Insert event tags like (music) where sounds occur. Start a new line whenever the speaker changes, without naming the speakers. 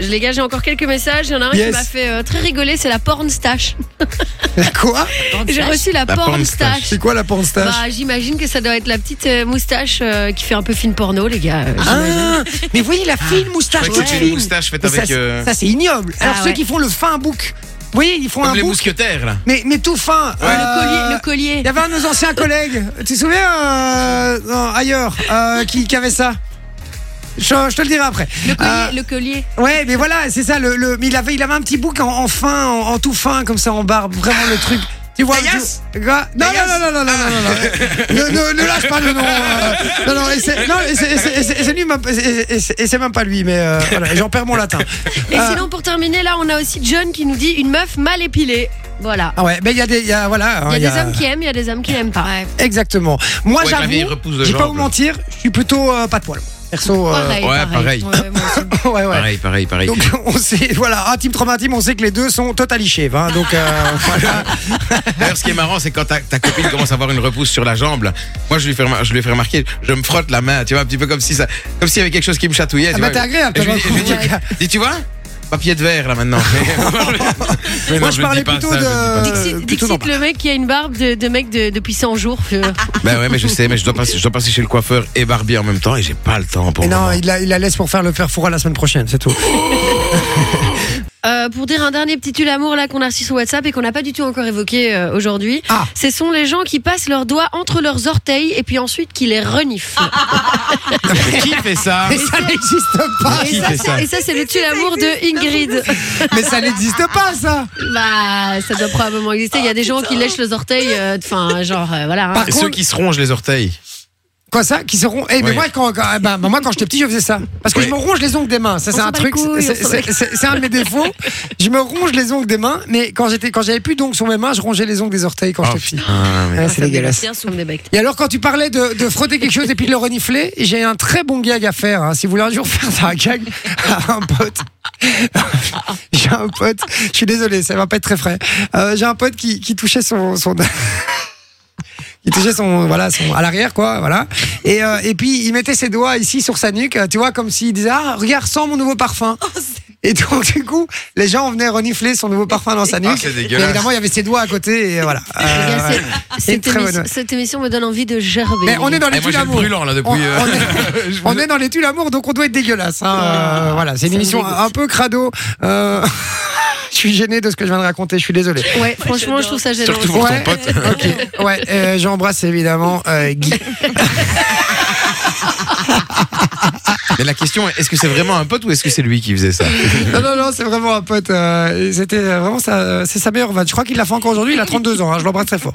Les gars, j'ai encore quelques messages. Il y en a un
Yes.
qui m'a fait euh, très rigoler, c'est la porn stache.
La quoi
J'ai reçu la,
La
porn,
porn
stache.
C'est quoi la pornstache
Bah, j'imagine que ça doit être la petite euh, moustache euh, qui fait un peu film porno, les gars. euh, j'imagine.
Ah, mais voyez la fine moustache
Je crois
toute
que c'était Bah, une
fine.
moustache faite
Mais ça,
avec, euh,
ça, c'est ignoble. Alors
Ah,
ceux
ouais.
qui font le fin bouc, vous voyez, ils font
Comme
un
les
bouc,
mousquetaires, là.
mais, mais tout fin.
Ah,
Euh,
le collier, le
Il y
collier.
avait un de nos anciens collègues, tu te souviens, euh, non, ailleurs, euh, qui, qui avait ça je, je te le dirai après.
Le collier,
Euh,
le collier.
ouais, mais voilà, c'est ça. Le, le- mais il avait, il avait un petit bouc en, en fin, en, en tout fin, comme ça, en barbe, vraiment le truc. Tu vois
Daillasse
tu- quoi non, non, non, non, non, non, non, non, non. Ne, ne- ne lâche pas le nom. euh, non, non, et c'est, non, et c'est- et c'est- et c'est- et c'est lui, même- et c'est- et c'est- et c'est même pas lui, mais euh, voilà, j'en perds mon latin.
Et
Euh,
sinon, pour terminer, là, on a aussi John qui nous dit une meuf mal épilée. Voilà.
Ah ouais, mais il y a des, il y a, voilà. hein,
Ah, Il y a des hommes qui aiment, il y a des hommes qui aiment pas.
Exactement. Moi,
Ouais, que la vieille
j'avoue,
repousse de
j'ai pas
jambe.
vous mentir, je suis plutôt euh, pas de poil. Perso. euh,
Pareil,
ouais,
pareil.
pareil.
Ouais, moi aussi.
(laughs) ouais, ouais.
Pareil, pareil, pareil.
Donc on sait, voilà, intime trauma intime, on sait que les deux sont total shaves, hein, donc euh, (laughs) voilà.
(laughs) D'ailleurs, ce qui est marrant, c'est quand ta, ta copine commence à avoir une repousse sur la jambe, là, moi, je lui, fais remar- je lui fais remarquer, je me frotte la main, tu vois, un petit peu comme si ça, comme s'il y avait quelque chose qui me chatouillait.
Ah
tu
bah,
vois.
t'es agréable,
Et je
toi,
lui dis- je lui dis,
d'un coup.
dis, tu vois, papier de verre,
(laughs)
là, maintenant. Mais
Moi
non,
je,
le
parlais
dis pas,
plutôt
ça, je le dis pas.
de
Dixit,
plutôt
Dixit,
non.
le mec qui a une barbe de, de mec de- depuis 100 jours. euh,
Ben ouais, mais je sais, mais je dois passer, je dois passer chez le coiffeur et barbier en même temps et j'ai pas le temps pour
Mais
le
non,
moment.
il la, il la laisse pour faire le perfora la semaine prochaine, c'est tout.
Euh, pour dire un dernier petit tulle amour là qu'on a reçu sur WhatsApp et qu'on n'a pas du tout encore évoqué euh, aujourd'hui,
Ah.
ce sont les gens qui passent leurs doigts entre leurs orteils et puis ensuite qui les reniflent.
Mais Qui fait ça
Mais ça n'existe pas,
Qui
et,
fait ça
ça, et ça, c'est Ah, le tulle amour de Ingrid.
mais ça n'existe pas ça.
(laughs) bah, ça doit probablement exister. Il y a des gens qui lèchent les orteils, euh, enfin, genre, euh, voilà. hein.
Par
Et
contre-
ceux qui se rongent les orteils.
Quoi ça Qui seront Eh mais
Oui.
moi quand, quand- ah, bah, bah, moi quand j'étais petit, je faisais ça parce que
Oui.
je me ronge les ongles des mains. Ça c'est
s'en
un
bat les
truc,
couilles,
c'est-
on s'en bat les
c'est- c'est c'est un de mes défauts. Je me ronge les ongles des mains, mais quand j'étais quand j'avais plus d'ongles sur mes mains, je Euh, rongeais les ongles des orteils quand
Oh,
j'étais petit.
putain, mais-
Ouais,
Ça
c'est
me
dégueulasse.
dégoûte, ça me débecte.
Et alors, quand tu parlais de, de frotter quelque chose et puis de le renifler, j'ai un très bon gag à faire. hein. Si vous voulez un jour faire un gag à un pote, (laughs) j'ai un pote, je suis désolé, ça va pas être très frais. Euh, j'ai un pote qui, qui touchait son. son (laughs) qui touchait son. Voilà, son, à l'arrière, quoi, voilà. Et, euh, et puis, il mettait ses doigts ici sur sa nuque, euh, tu vois, comme s'il disait Ah, regarde, sens mon nouveau parfum.
Oh,
Et donc, du coup, les gens venaient renifler son nouveau parfum dans sa nuque.
Ah, c'est
Et
dégueulasse.
évidemment, il y avait ses doigts à côté, et voilà.
Les
Euh,
gars, c'est- cette,
très
émission,
bonne.
cette émission me donne envie de gerber.
mais on est dans les
Eh, moi
tuiles
j'ai le
d'amour.
brûlant là depuis.
On,
euh,
on (laughs) est, on est dans les tuiles amour, donc on doit être dégueulasse. hein. Euh, voilà, c'est une
Ça me
émission
dégoûte.
un peu crado. Euh, (laughs) je suis gêné de ce que je viens de raconter, je suis désolé.
Ouais, franchement, je trouve ça gênant.
Surtout
aussi.
pour
Ouais.
ton pote.
(laughs) Ok, ouais, euh, j'embrasse évidemment euh, Guy.
Mais la question est est-ce que c'est vraiment un pote ou est-ce que c'est lui qui faisait ça
Non, non, non, c'est vraiment euh, un pote. euh, C'était vraiment sa, c'est sa meilleure vanne. Je crois qu'il l'a fait encore aujourd'hui, il a 32 ans, hein, je l'embrasse très fort.